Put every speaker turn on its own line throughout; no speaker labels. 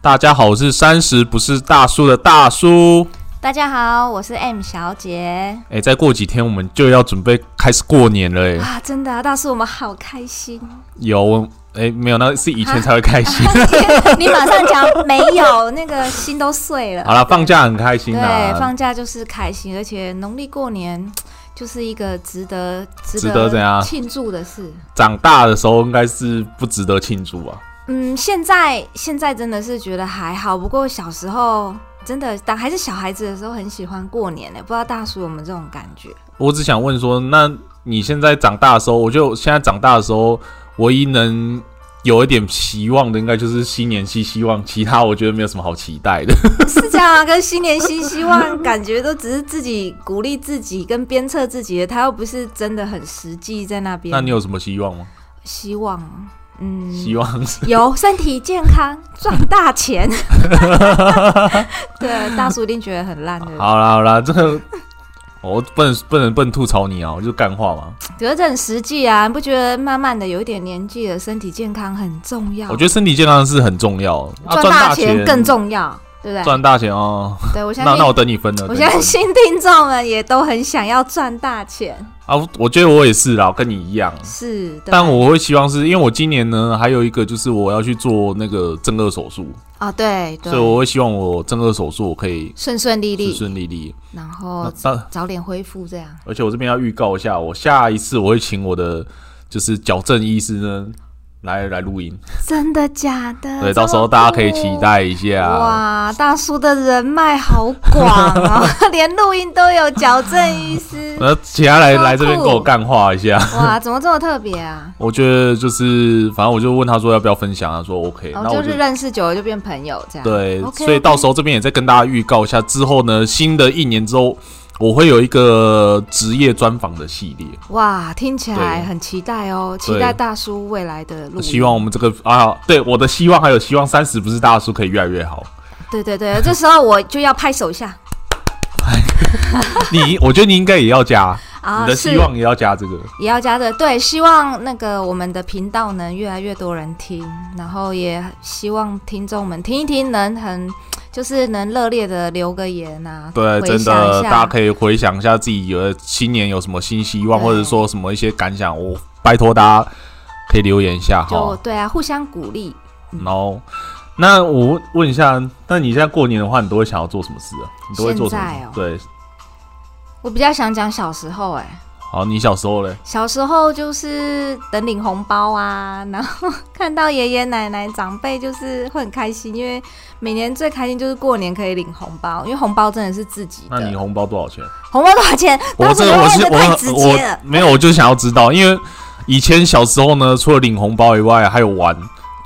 大家好，我是三十不是大叔的大叔。
大家好，我是 M 小姐
哎、再过几天我们就要准备开始过年了、哎，
啊，真的、啊，大叔，我们好开 心。
有哎、没有，那是以前才会开 心。
你马上讲没有，那个心都碎了。
好啦，放假很开啊心啊啦，
对，放假就是开心，而且农历过年就是一个值得值
值得怎样
庆祝的事。
长大的时候应该是不值得庆祝啊。
嗯，现在现在真的是觉得还好，不过小时候真的当还是小孩子的时候，很喜欢过年欸呢、不知道大叔有没有这种感觉？
我只想问说，那你现在长大的时候，我就现在长大的时候，唯一能有一点期望的，应该就是新年期希望，其他我觉得没有什么好期待的。
是这样啊，跟新年新希望，感觉都只是自己鼓励自己跟鞭策自己的，他又不是真的很实际在那边。
那你有什么希望吗？
希望，嗯，
希望是
有身体健康，赚 大钱。对，大叔一定觉得很烂的，
好啦好啦，这个我不能不能不能吐槽你啊，我就干话嘛。
可是这很实际啊，你不觉得慢慢的有一点年纪了，身体健康很重要，
我觉得身体健康是很重要，啊
赚大钱更，重要，对不对？
赚大钱哦。
对，我相
那
信
那我等你分了。
我
等你分
相信听众们也都很想要赚大钱，
啊，我我觉得我也是啦，我跟你一样。
是的。
但我会希望是因为我今年呢，还有一个就是我要去做那个正颌手术，
哦，对对
所以，我会希望我正颌手术我可以
顺顺利哦
顺
利，
顺利利。
然后
那那
早点恢复这样。
而且我这边要预告一下，我下一次我会请我的就是矫正医师呢来来录音，
真的假的？
对，
这
到
么
时候大家可以期
酷。
待啊一下。
哇，大叔的人脉好广哦， 连录音都有矫正医 师。
呃，其他来
超酷
来这边跟我干话一下，
哇，怎么这么特别啊？
我觉得就是，反正我就问他说要不要分享，他说 OK，、
然
那
后
我
哦就
就是
认识久了就变朋友这样。
对
OK，
所以
OK
到时候这边也再跟大家预告一下，之后呢，新的一年之后，我会有一个职业专访的系列，
哇，听起来
对
很期待哦，
对
期待大叔未来的录音。
希望我们这个啊，对我的希望还有希望三十不是大叔可以越来越 好。
对对对，这时候我就要拍手一下
你，我觉得你应该也要加，
啊，
你的
是
希望也要加这个。
也要加的，对，希望那个我们的频道能越来越多人听，然后也希望听众们听一听，能很就是能热烈的留个言啊，
对，
回
真
想一
的，
下
大家可以回想一下自己有的新年有什么新希望，
对
或者说什么一些感想，我拜托大家可以留言一下
就
哈。
对啊，互相鼓励。
然后，那我问问一下，那你现在过年的话，你都会想要做什么事啊？你都会做什么
现
事？
在哦
对，
我比较想讲小时候、欸，哎，
好，你小时候嘞？
小时候就是等领红包啊， 然后看到爷爷奶奶长辈就是会很开心，因为每年最开心就是过年可以领红包，因为红包真的是自己
那你
的。
红包多少钱？
红包多少钱？
我
当
这
时
个
就
我
问
是
的
我
太直接
我
了。
没有，我就想要知道，因为以前小时候呢，除了领红包以外，还有玩，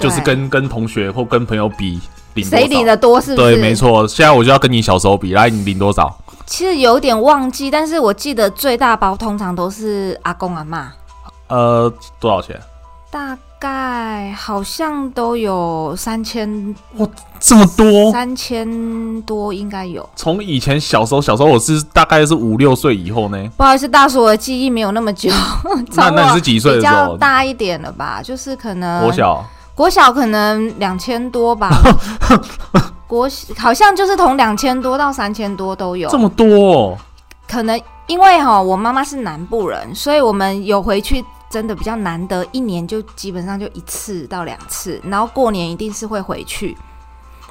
就是
对
跟跟同学或跟朋友比领多
谁领
少。
的多是不是？
对，没。错。现在我就要跟你小时候比，来，你领多少？
其实有点忘记，但是我记得最大包通常都是阿公阿妈，
呃，多少钱？
大概好像都有三千
这么多？
三千多应该有。
从以前小时候，小时候我是大概是五六岁以后呢。
不好意思，大叔，我的记忆没有那么 久，
那
从
那你
我
是几岁
比
的时
较
候？
大一点了吧，就是可能
国小。
国小可能两千多 吧，国小好像就是从两千多到三千多都有
这。么多哦、
可能因为哈，我妈妈是南部人，所以我们有回去真的比较难得，一年就基本上就一次到两次，然后过年一定是会回去。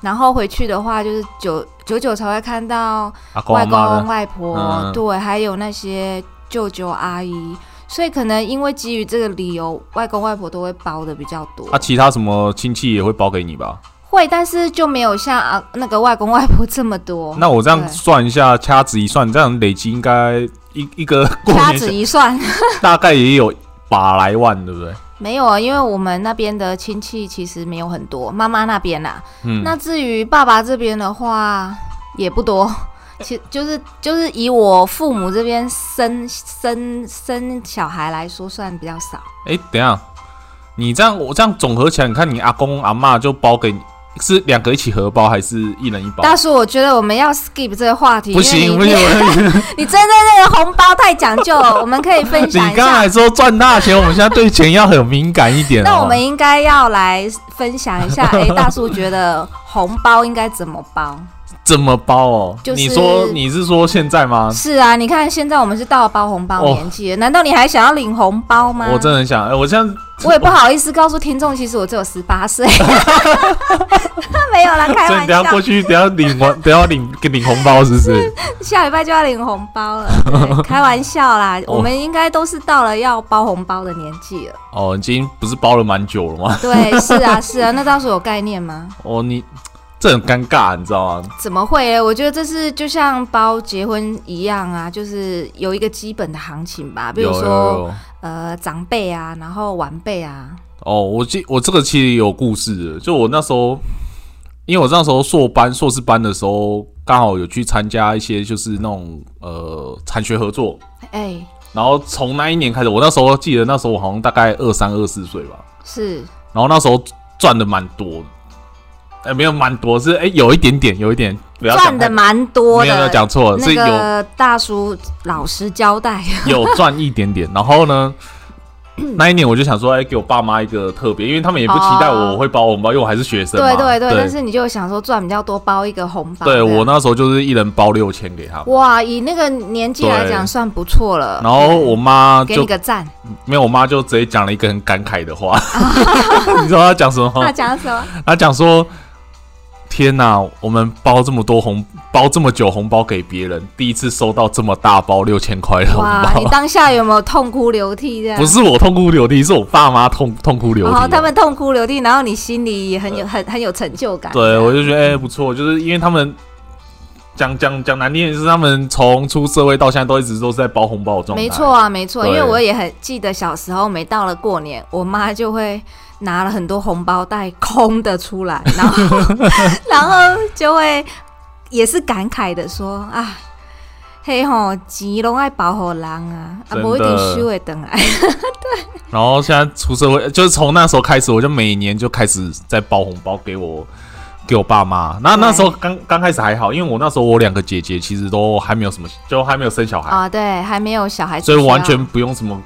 然后回去的话，就是久久久才会看到
阿公阿
外
妈
公、
呢？
外婆，
嗯
对，还有那些舅舅阿姨，所以可能因为基于这个理由，外公外婆都会包的比较多。
啊，其他什么亲戚也会包给你吧？
会，但是就没有像啊那个外公外婆这么多。
那我这样
对
算一下，掐指一算，这样累积应该一一个过
掐
年
指一算，
大概也有把来万，对不对？
没有啊，因为我们那边的亲戚其实没有很多，妈妈那边啦。
嗯，
那至于爸爸这边的话，也不多。 其就是就是以我父母这边生生生小孩来说，算比较少。
哎、等一下，你这样我这样总合起来，你看你阿公阿嬷就包给你，是两个一起合包，还是一人一包？
大叔，我觉得我们要 skip 这个话题，
不
因为
行
你
不行，不行
你真的那个红包太讲究 了，我们可以分享
你
一
刚
下。
才说赚大钱，我们现在对钱要很敏感一点、哦。
那我们应该要来分享一下，哎、大叔觉得红包应该怎么包？
怎么包哦？
就是
你说你是说现在吗？
是啊，你看现在我们是到了包红包
哦
年纪了，难道你还想要领红包吗？
我真的很想，哎我现在
我也不好意思告诉听众，其实我只有十八岁， 没有啦，开
所以你
玩
等一下过
笑。
去，等一下领 完，等一下领领红包是不是？
下礼拜就要领红包 了，对开玩笑啦。
哦
我们应该都是到了要包红包的年纪了。
哦，已经不是包了蛮久了吗？
对，是啊，是啊。那到时候有概念吗？
哦，你这很尴尬，你知道吗？
怎么会呢？我觉得这是就像包结婚一样啊，就是有一个基本的行情吧，比如
有有
说
有
呃长辈啊，然后晚辈啊，
哦，我记我这个其实有故事的，就我那时候，因为我那时候硕班硕士班的时候，刚好有去参加一些就是那种呃产学合作，
哎、
然后从那一年开始，我那时候记得那时候我好像大概二三二四岁吧，
是
然后那时候赚的蛮多的，哎、没有蛮多，是哎、有一点点，有一点，不要
赚
讲
的
太
蛮多
没有没有
的。
讲错了，
那
是有
个大叔老实交代，
有赚一点点。然后 呢，那一年我就想说，哎、给我爸妈一个特别，因为他们也不期待
哦
我会包红包，因为我还是学生嘛。
对对对，
对
但是你就想说赚比较多，包一个红包。
对
这样
我那时候就是一人包六千给他们。
哇，以那个年纪来
对
讲算不错了。
然后我妈
给你
就
个赞，
没有，我妈就直接讲了一个很感慨的 话，你知道她讲什么
他
吗？
讲什么？
她讲说：“天哪，我们包这么多红，包这么久红包给别人，第一次收到这么大包六千块 的红
哇，你
包，
当下有没有痛哭流涕这 样？
不是我痛哭流涕，是我爸妈痛痛哭流涕
然
啊、
后哦他们痛哭流涕，然后你心里也很有很很有成就感。
对，我就觉得哎、不错，就是因为他们讲讲讲难听点，是他们从出社会到现在都一直都是在包红包的状态。
没错，啊，没错，因
对
为我也很记得小时候，每到了过年，我妈就会拿了很多红包袋空的出来，然后 然后就会也是感慨的说啊。嘿吼，钱拢爱包好人啊，啊，
真的
无一定收会回来。
然后现在出社会，就是从那时候开始，我就每年就开始在包红包给我给我爸妈。那
对
那时候刚刚开始还好，因为我那时候我两个姐姐其实都还没有什么，就还没有生小孩，
啊、对，还没有小孩子需
所以
要，
我完全不用什么。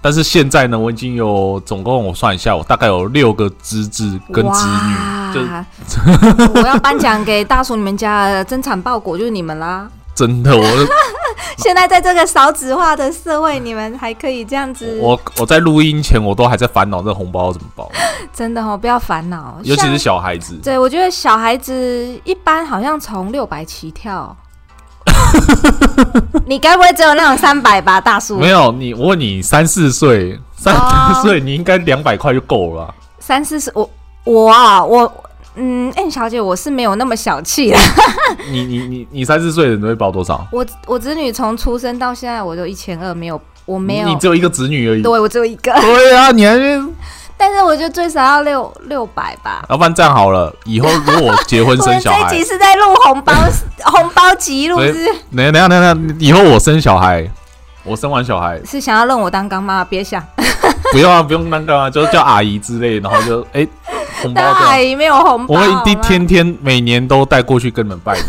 但是现在呢，我已经有总共我算一下，我大概有六个侄子跟侄女，就
哇我要颁奖给大叔你们家的增产报国就是你们啦。
真的我。
现在在这个少子化的社会，你们还可以这样子，
我我在录音前，我都还在烦恼这红包要怎么包，
真的哦，不要烦恼。
尤其是
像
小孩子。
对，我觉得小孩子一般好像从六百 起跳，你该不会只有那种三百吧，大叔
没？有你，我问你，三四岁，三
哦
四岁你应该两百块就够了吧。
三四十，我我啊，我嗯，N 小姐，我是没有那么小气的。
你你你你三四岁的你会包多少？
我我子女从出生到现在，我都一千二，没有，我没
你
有
你，只有一个子女而已。
对我只有一个，
对啊，你还是，啊
但是我就最少要六六百吧。
要不然这样好了，以后如果结婚
我
生
们
小
这一
孩
集，是在录红 包红包集录，
所以
是不是
等一下等一下等一下，以后我生小孩，我生完小孩
是想要认我当干妈，别想。
不用啊，不用那个啊， 就叫阿姨之类，然后就哎、红包
但
这样
阿姨没有红包，
我会一
好吗
天天每年都带过去跟你们 拜年，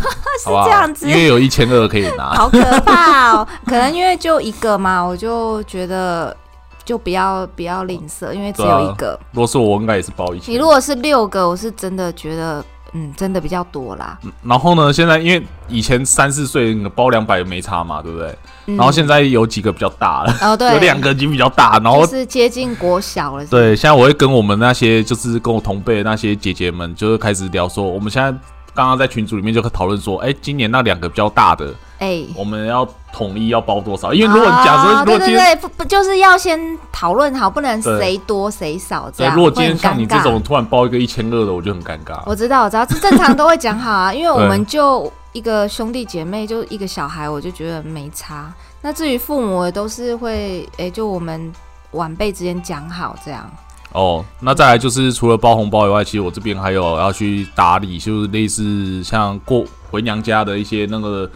好不好？
这样子
因为有一千二可以拿。
好可怕哦。可能因为就一个嘛，我就觉得就不要不要吝啬，因为只有一个。
如果是我，我应该也是包一
你
千
如。果是六个，我是真的觉得嗯，真的比较多啦。
然后呢，现在因为以前三四岁那个包两百没差嘛，对不对？
嗯、
然后现在有几个比较大了，
哦对，
有两个已经比较大，然后
就是接近国小了。
对，现在我会跟我们那些就是跟我同辈的那些姐姐们，就是开始聊说，我们现在刚刚在群组里面就讨论说，哎、今年那两个比较大的，
哎。
我们要统一要包多少？因为如果假设、
哦
如果
对
今
对
天
对，不不就是要先讨论好，不能
对
谁多谁少这
对，
样。
如果今天
会很
像你
尴
这
尬
种突然包一个一千二的，我就很尴尬。
我知道，我知道，这正常都会讲好 啊，因为我
对
们就一个兄弟姐妹，就一个小孩，我就觉得没差。那至于父母，都是会，诶、就我们晚辈之间讲好这样。
哦，那再来就是除了包红包以外，其实我这边还有要去打理，就是类似像过回娘家的一些那个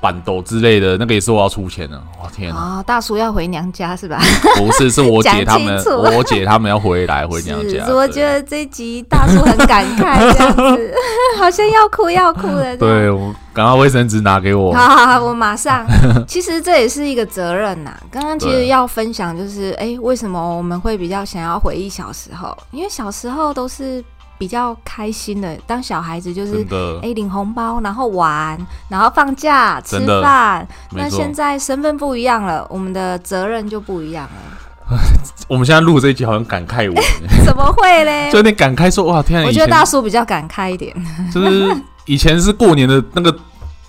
板斗之类的，那个也是我要出钱的。我天哪，
哦，大叔要回娘家是吧？
不是，是我姐他
哦 讲
们
清，楚
我姐他们要回来 回娘
是
家。，
我
对
觉得这一集大叔很感慨，这样子 好像要哭要哭了。这样
对我赶快卫生纸拿给我。
好好好，我马 上。其实这也是一个责任呐、刚刚其实
对
要分享就是，哎、为什么我们会比较想要回忆小时候？因为小时候都是比较开心的，当小孩子就是
真的
哎、，领红包，然后玩，然后放假吃
真的
饭。那
没错
现。在身份不一样了，我们的责任就不一样 了。
我们现在录这一集好像感慨文，
怎么会嘞
就？有点感慨说哇，天啊，
我
以
觉得
前
大叔比较感慨一点。
就是以前是过年的那个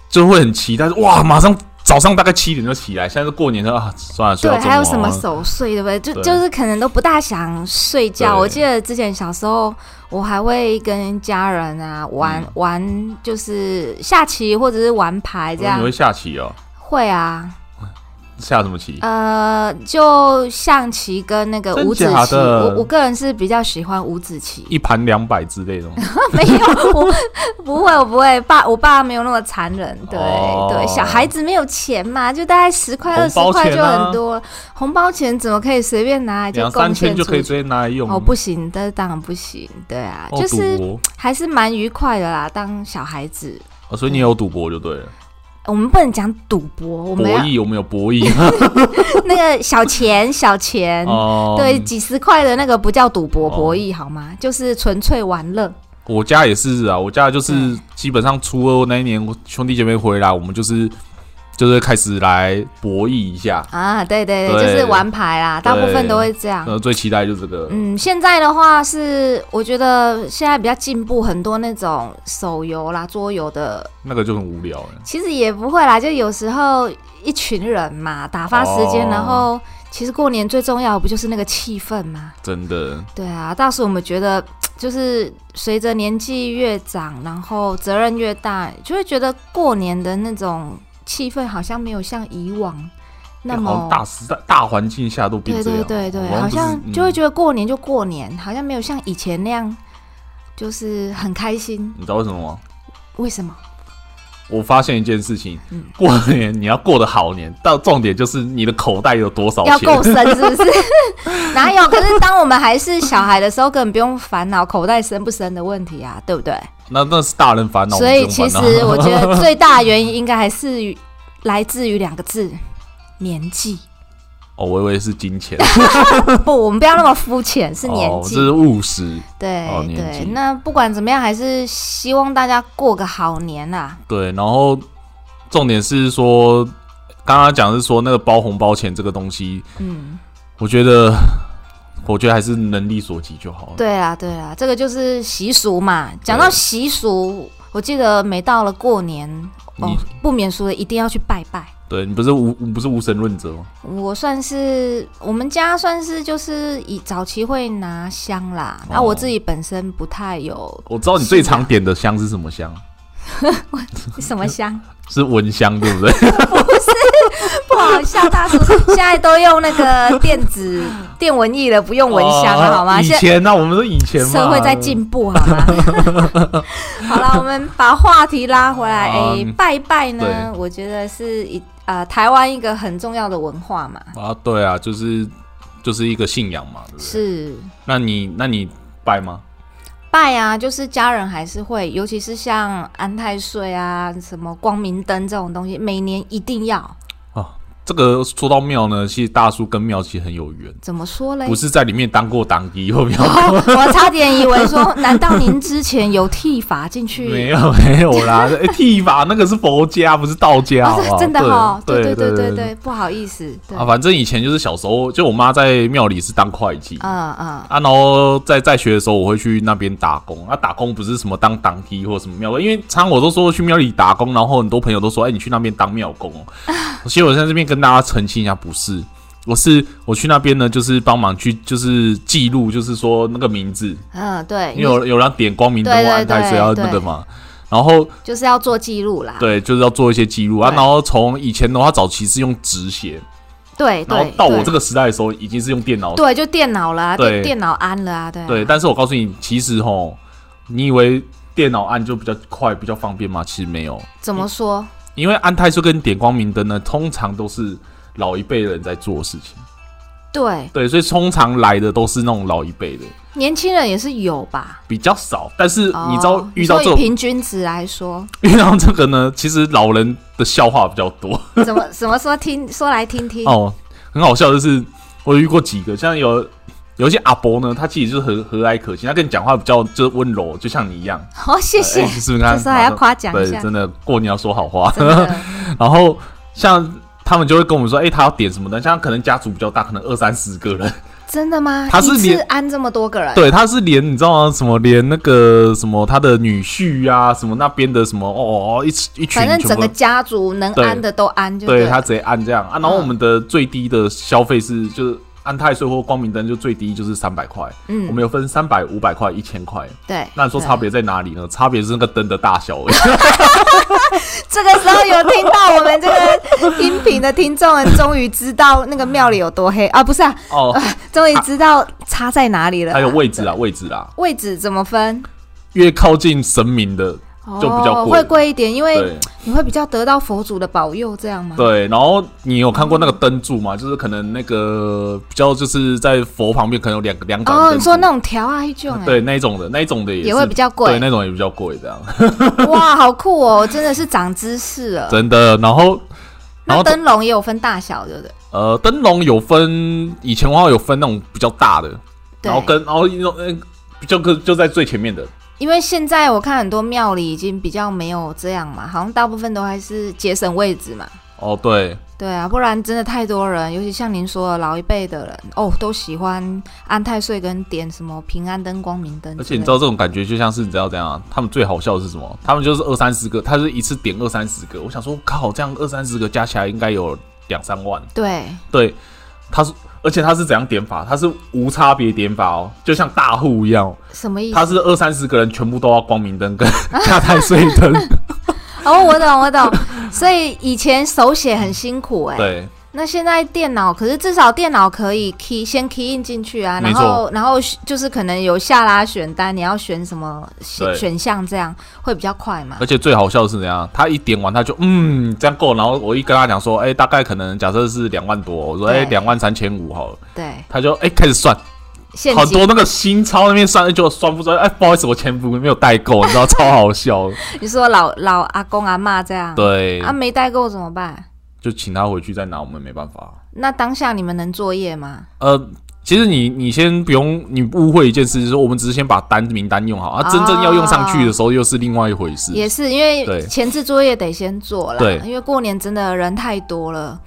就会很期待，哇，马上早上大概七点就起来，现在是过年的啊，算了，睡
对，
到中午
还有什么
好了
守岁，对不对？就
啊对
就是可能都不大想睡觉。
对
我记得之前小时候，我还会跟家人啊玩、
嗯
玩，就是下棋或者是玩牌这样
你。会下棋哦？
会啊，
下什么棋？
呃，就象棋跟那个
真
五子
假
棋，
的
我我个人是比较喜欢五子棋。
一盘两百之类的吗？
没有，我不会，我不会，爸，我爸没有那么残忍，对、
哦
对，小孩子没有钱嘛，就大概十块二
红
十
包
块就
钱啊
很多了，红包钱怎么可以随便拿来就
两
贡
三
献
千就
出
可以
去？
直接拿来用
哦，不行，但是当然不行，对啊，
哦
就是
赌博
还是蛮愉快的啦，当小孩子，
哦，所以你有赌博就对了。
我们不能讲赌博，我
博
们要
弈我们有博弈
那个小 钱小钱。
哦。
对，，几十块的那个不叫赌博
哦
博弈好吗？就是纯粹玩乐。
我家也是啊，我家
嗯
就是基本上初二那一年，我兄弟姐妹回来，我们就是就是开始来博弈一下。
啊，对对对，
对
就是玩牌啦，大部分
对
都会这样。
呃，最期待就是这个，
啊嗯，现在的话是，我觉得现在比较进步很多那种手游啦、桌游的，
那个就很无聊了。
其实也不会啦，就有时候一群人嘛，打发时间，
哦
然后其实过年最重要的不就是那个气氛嘛？
真的，
对啊，大叔，我们觉得就是随着年纪越长，然后责任越大，就会觉得过年的那种气氛好像没有像以往那
好像哦
么
大时代、大环境下都变
对
这样
对
了。
对对，
我
好
不是
像就会
嗯
觉得过年就过年，好像没有像以前那样，就是很开心。
你知道为什么吗？
为什么？
我发现一件事情
嗯，
过年你要过得好年，到重点就是你的口袋有多少
要
钱。
够深 是不是？哪有？可是当我们还是小孩的时候，根本不用烦恼口袋深不深的问题啊，对不对？
那那是大人烦恼，
所
我
以
们不
其
用
实
烦恼
我觉得最大的原因应该还是于来自于两个字：年纪。
哦，我以为是金钱，
不，我们不要那么肤浅，是年
哦，这
纪。
是务实。
对、
哦年
对
纪，
那不管怎么样，还是希望大家过个好年啊啦、
对，然后重点是说，刚刚讲是说那个包红包钱这个东西，
嗯。
我觉得，我觉得还是能力所及就好了。
对啊，对啊，这个就是习俗嘛。讲到习俗，我记得每到了过年，哦
你，
不免俗的一定要去拜拜。
对你不是无你不是无神论者吗？
我算是我们家算是就是以早期会拿香啦，那、
哦
我自己本身不 太有
我知道你最常点的香是什么香，啊
什么香，
是蚊香，对不对？
不好笑，大叔现在都用那个电 子电文艺了，不用 蚊香啊了，好吗？
哦以
现在
前那、我们说以前嘛
社会在。进步，好 吗？好了，我们把话题拉回来。哎、
嗯
拜拜呢，我觉得是一呃台湾一个很重要的文化嘛。
啊，对啊，就是就是一个信仰嘛，对不对？
是
那你那你拜吗？
拜啊，就是家人还是会，尤其是像安太岁啊、什么光明灯这种东西，每年一定要。
这个说到庙呢，其实大叔跟庙其实很有缘，
怎么说嘞
不？是在里面当过党医有庙，
哦， 我差点以为说，难道您之前有剃发进去？
没有 没有 啦，哎剃发那个是佛家，不是道家，好
哦
不好？
真的哈、哦，对
啊对
对
对
对，不好意思，对，
啊，反正以前就是小时候，就我妈在庙里是当会计。
嗯嗯，
啊，然后在在学的时候，我会去那边打工。啊，打工不是什么当当梯或什么庙工，因为常常我都说去庙里打工，然后很多朋友都说，哎、你去那边当庙 工、哦。其实我在这边跟大家澄清一下，不是，我是我去那边呢，就是帮忙去就是记录，就是说那个名字，
嗯，对，
因为有有人点光明灯
对对
或安泰
对
水要那个嘛，然后
就是要做记录啦。
对，就是要做一些记录啊。
对
然后从以前的话，早期是用纸写，
对
然后
对，
到我这
个
个时代的时候，已经是用电脑。
对，就电脑啦，
对
电电脑安了啊，对啊
对，但是我告诉你，其实吼，你以为电脑按就比较快、比较方便吗？其实没有，
怎么说？
因为安太岁跟点光明灯呢，通常都是老一辈人在做的事情，
对，
对，所以通常来的都是那种老一辈的，
年轻人也是有吧？
比较少。但是
哦
你知道遇到
所以
这 种、
平均值来说，
遇到这个呢，其实老人的笑话比较多
怎么 怎么说听说来听听？
哦，很好笑，就是我遇过几个，像有有一些阿伯呢，他其实就是和和蔼可亲，他跟你讲话比较就是温柔，就像你一样。
好，谢谢
哎，是不是刚 刚
这时候还要夸奖一
对，
下，
真的过年要说好话。
真的
然后像他们就会跟我们说，哎、他要点什么的，像可能家族比较大，可能二三十个人，
真的吗？
他是
一次
连
安这么多个人，
对，他是连你知道吗？什么连那个什么他的女婿啊，什么那边的什么哦哦，一起一群
反正
全
整
部
个家族能
对
安的都安就
对
了
他直接按这样啊。
嗯
然后我们的最低的消费是就是按太岁或光明灯就最低就是三百块，我
嗯，
们有分三百、五百块、一千块。
对。
那你说差别在哪里呢？差别是那个灯的大 小而已。
这个时候有听到我们这个音频的听众们，终于知道那个庙里有多黑啊！不是啊，
哦，
终于知道差在哪里了。
还有位置啊，位置啊，
位置怎么分？
越靠近神明的，就比较
哦、
贵
会贵一点，因为
对
你会比较得到佛祖的保佑，这样吗？
对。然后你有看过那个灯柱吗？就是可能那个比较就是在佛旁边可能有两个两盏灯
哦，
柱。
你说那种条啊，一种哎，
对那一种的，那一种的也
也
是
会比较贵
对，那种也比较贵，这样
哇，好酷哦！真的是长知识了。
真的。然后，然
那
后
灯笼也有分大小，对不对？
呃，灯笼有分，以前我好像有分那种比较大的，
对
然后跟然后一种呃，就就就在最前面的，
因为现在我看很多庙里已经比较没有这样嘛，好像大部分都还是节省位置嘛。
哦，对，
对啊，不然真的太多人，尤其像您说的老一辈的人哦，都喜欢安太岁跟点什么平安灯、光明灯之类
而
的。
且你知道这种感觉就像是你知道怎样啊？他们最好笑的是什么？他们就是二三十个，他是一次点二三十个。我想说，靠，这样二三十个加起来应该有两三万。
对，
对，他是，而且他是怎样点法？他是无差别点法哦，就像大户一样哦、
什么意思
他？是二三十个人全部都要光明灯跟 下太岁 灯。
哦，我懂，我懂。所以以前手写很辛苦哎、
对，
那现在电脑，可是至少电脑可以 key 先 key in 进去啊，
没
然
错
后然后就是可能有下拉选单，你要选什么选
对
选项，这样会比较快嘛
而。且最好笑的是怎样？他一点完他就嗯这样够，然后我一跟他讲说，哎、大概可能假设是两万多，我说哎
对
两万三千五好了，
对，
他就哎、开始算。
现
好
金。
多那个新钞那边算就算不出 来，哎，不好意思，我钱不没有带够，你知道超好笑。
你说老老阿公阿妈这样，
对，
啊没带够怎么办？
就请他回去再拿，我们没办法。
那当下你们能作业吗？
呃，其实你你先不用，你误会一件事，就是我们只是先把单名单用好，啊，真正要用上去的时候又是另外一回事。
哦也是因为
对
前置作业得先做啦
嗯对，
因为过年真的人太多了。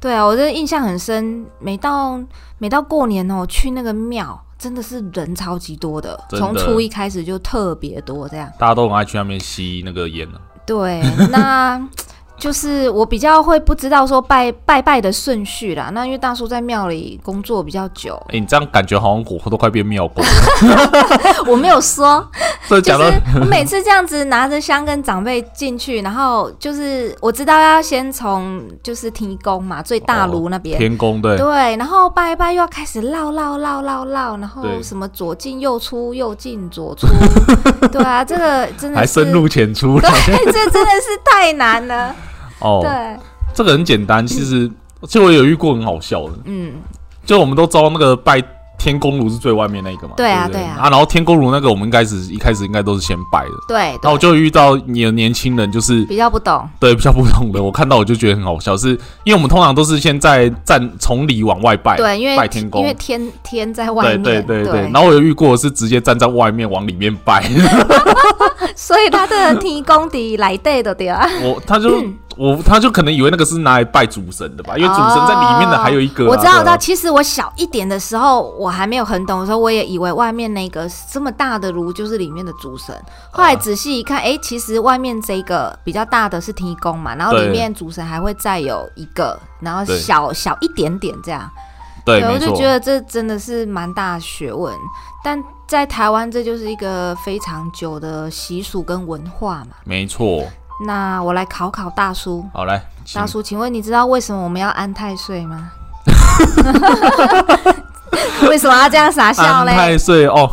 对啊，我真的印象很深，每到每到过年哦，去那个庙真的是人超级多的，
真的
从初一开始就特别多这样。
大家都很爱去那边吸那个烟啊
对， 那就是我比较会不知道说拜拜拜的顺序啦。那因为大叔在庙里工作比较久，
哎、你这样感觉好像我都快变庙公了，
我没有说，
这
就
讲
是
到
我每次这样子拿着香跟长辈进去，然后就是我知道要先从就是提供嘛，最大
哦
炉那边。
天宫对。
对，然后拜一拜又要开始绕绕绕绕绕，然后
对
什么左进右出，右进 左出，对啊，这个真的
还
是
深入浅出
对，这真的是太难了。
哦，
对，
这
这
个很简单。其实，就我有遇过很好笑的，
嗯，
就我们都知道那个拜天公炉是最外面那一个嘛，
对啊
不对
对啊
然后天公炉那个我们一开始一开始应该都是先拜的，
对，
然后我
对
就遇到你的年轻人，就是
比较不懂，
对比较不同的，我看到我就觉得很好笑，是因为我们通常都是先在站从里往外拜，
对，因为
拜天公
因为天天在外
对
面，
对对对，然后我有遇过是直接站在外面往里面拜，
所以他的提供的来对的对啊。
我他就。我他就可能以为那个是拿来拜主神的吧，因为主神在里面的还有一个、啊
哦我知道，
对啊
到其实我小一点的时候，我还没有很懂的时候，我也以为外面那个这么大的炉就是里面的主神。后来仔细一看，哎、其实外面这个比较大的是提供嘛，然后里
对
面主神还会再有一个，然后
对
小小一点点这样。
对，
我
没
就
错
觉，得这真的是蛮大的学问，但在台湾这就是一个非常久的习俗跟文化嘛。
没错。
那我来考考大叔，
好来，请
大叔，请问你知道为什么我们要安太 岁吗？为什么要这样傻笑
安
嘞？
太岁哦，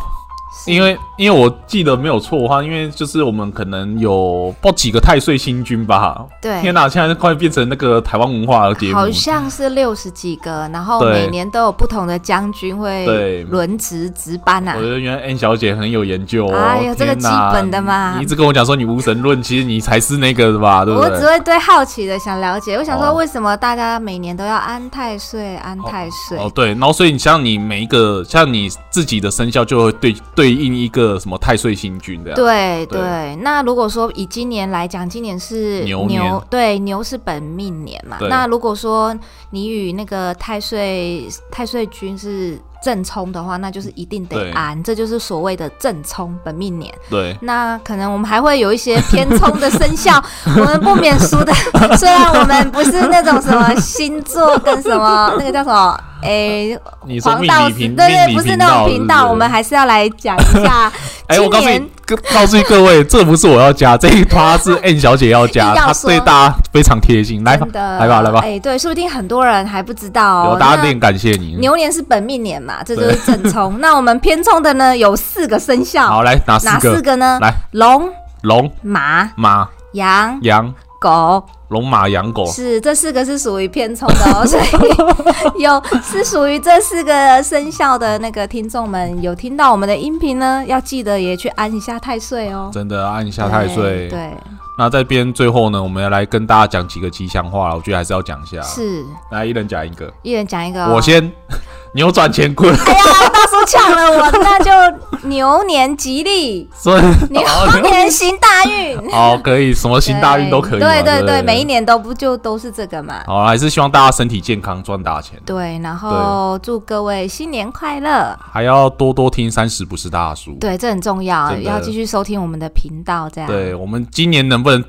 是
因为因为我记得没有错的话，因为就是我们可能有报几个太岁星君吧。
对，
天哪、现在快变成那个台湾文化的节目。
好像是六十几个，然后
对
每年都有不同的将军会
对
轮值值班啊
我。觉得原来 N 小姐很有研究哦。
哎呀，这个
天
基
哪
本的嘛
你一，直跟我讲说你无神论，其实你才是那个的吧？对不
我
对？
只会对好奇的想了解。我想说，
哦
为什么大家每年都要安太岁？安太岁，
哦，对，然后所以你像你每一个像你自己的生肖就会对对应一个什么太岁星君这样。
对
对
对，那如果说以今年来讲，今年是
牛年
对，牛是本命年嘛。
对
那如果说你与那个太岁太岁君是正冲的话，那就是一定得
对
安，这就是所谓的正冲本命年。
对
那可能我们还会有一些偏冲的生 肖，我们不免俗的。虽然我们不是那种什么星座跟什 么那个叫什么，诶、
你说
黄
命
道
理
士
频
对
命
对，
理
不是
频
那
道
种频道，我们还是要来讲一下
哎，我
今
告诉你
年，
跟告诉各位，这不是我要加这一趴是 N 小姐要 加，
硬要
她
说
对大家非常贴心，来吧
真的
来吧来吧，
哎，对，说不定很多人还不知道哦
有。大家
那
很感谢你。
牛年是本命年嘛，这就是 正冲。那我们偏冲的呢，有四个生肖，
好，来哪
哪
四
四
个？
个呢？
来，
龙、
龙、
马、
马、
羊、
羊、
狗。
龙、马、羊、狗。
是，这四个是属于偏冲的 哦，所以有是属于这四个生肖的那个听众们，有听到我们的音频呢，要记得也去安一下太岁哦。
真的按一下太岁
对，。对
那这边最后呢，我们要来跟大家讲几个吉祥话了，我觉得还是要讲一下。
是，啊
来，一人讲一个。
一人讲一个、哦
我，先 扭转乾坤，
哎呀，到时候抢了我，那就牛年吉利，
所以
牛
啊
年行大运，
好可以，什么新大运都可以嘛。
对
对
对
不
对，每一年都不就都是这个嘛。
好，还是希望大家身体健康，赚大钱，
对，然后祝各位新年快乐。
还要多多听三十不是大叔。
对，啊这很重要，
真的
要继续收听我们的频道，这样。
对，我们今年能不 能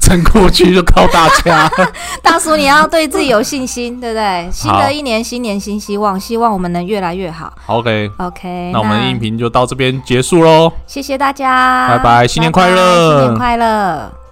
撑过去，就靠大家。
大叔，你要对自己有信心， 对不对？新
好
的一年，新年新希望，希望我们能越来越好。
OK，
OK，
那我们的音频就到这边结束喽。
谢谢大家，
拜拜新年快乐
新年快乐。